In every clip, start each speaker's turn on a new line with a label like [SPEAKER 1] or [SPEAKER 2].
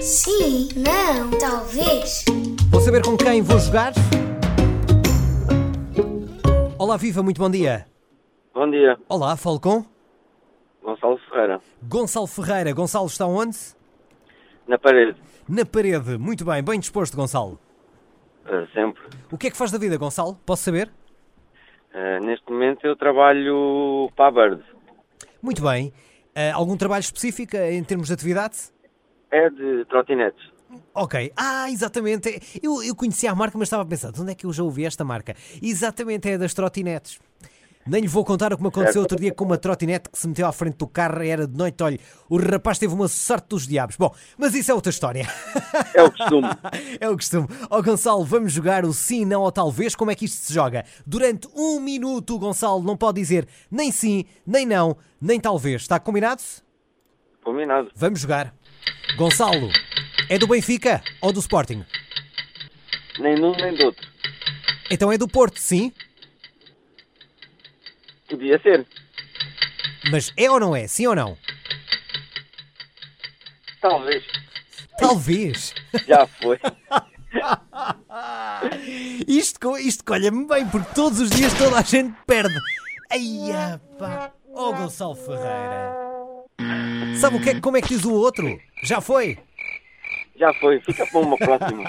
[SPEAKER 1] Sim, não, talvez.
[SPEAKER 2] Vou saber com quem vou jogar? Olá, viva, muito bom dia.
[SPEAKER 3] Bom dia,
[SPEAKER 2] Olá, falo com
[SPEAKER 3] Gonçalo Ferreira.
[SPEAKER 2] Gonçalo Ferreira. Gonçalo está onde?
[SPEAKER 3] Na parede,
[SPEAKER 2] Na parede. Muito bem, bem disposto, Gonçalo.
[SPEAKER 3] eh, sempre.
[SPEAKER 2] O que é que faz da vida, Gonçalo? Posso saber?
[SPEAKER 3] Eh, neste momento eu trabalho para a Bird.
[SPEAKER 2] Muito bem. Ah, algum trabalho específico eh, em termos de atividade?
[SPEAKER 3] É de trotinetes.
[SPEAKER 2] Ok. Ah, exatamente. É- Eu, eu conhecia a marca, mas estava a pensar, de onde é que eu já ouvi esta marca? Exatamente, é das trotinetes. Nem lhe vou contar o que me aconteceu outro dia com uma trotinete que se meteu à frente do carro e era de noite. Olha, o rapaz teve uma sorte dos diabos. Bom, mas isso é outra história.
[SPEAKER 3] É o costume.
[SPEAKER 2] é o costume. Ó Gonçalo, vamos jogar o sim, não ou talvez. Como é que isto se joga? Durante um minuto, o Gonçalo não pode dizer nem sim, nem não, nem talvez. Está combinado?
[SPEAKER 3] Combinado.
[SPEAKER 2] Vamos jogar. Gonçalo, é do Benfica ou do Sporting?
[SPEAKER 3] Nem de um nem do outro.
[SPEAKER 2] Então é do Porto, sim?
[SPEAKER 3] Podia ser.
[SPEAKER 2] Mas é ou não é? Sim ou não?
[SPEAKER 3] Talvez.
[SPEAKER 2] Talvez.
[SPEAKER 3] Já foi.
[SPEAKER 2] Isto, co- isto colha-me bem, porque todos os dias toda a gente perde. Ai, pá. Oh, Gonçalo Ferreira. Sabe o que é, como é que diz o outro? Já foi?
[SPEAKER 3] Já foi. Fica para uma próxima.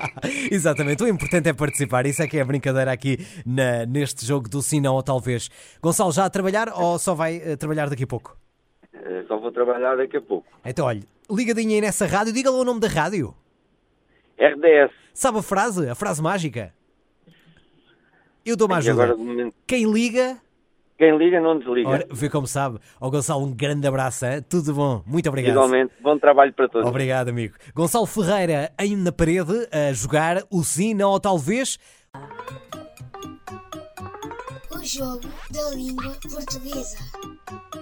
[SPEAKER 2] Exatamente, o importante é participar. Isso é que é a brincadeira aqui na- neste jogo do sim, não ou talvez. Gonçalo, já a trabalhar ou só vai eh, trabalhar daqui a pouco?
[SPEAKER 3] Eh, só vou trabalhar daqui a pouco.
[SPEAKER 2] Então, olha, ligadinha aí nessa rádio, diga lá o nome da rádio.
[SPEAKER 3] RDS.
[SPEAKER 2] Sabe a frase? A frase mágica? Eu dou-me
[SPEAKER 3] E agora
[SPEAKER 2] ajuda.
[SPEAKER 3] de momento.
[SPEAKER 2] Quem liga.
[SPEAKER 3] Quem liga não desliga.
[SPEAKER 2] Ora, vê como sabe. Ó Gonçalo, um grande abraço. hã? Tudo bom. Muito obrigado.
[SPEAKER 3] Igualmente. Bom trabalho para todos.
[SPEAKER 2] Obrigado, amigo. Gonçalo Ferreira, em na parede, a jogar o sim, não ou talvez.
[SPEAKER 1] O jogo da língua portuguesa.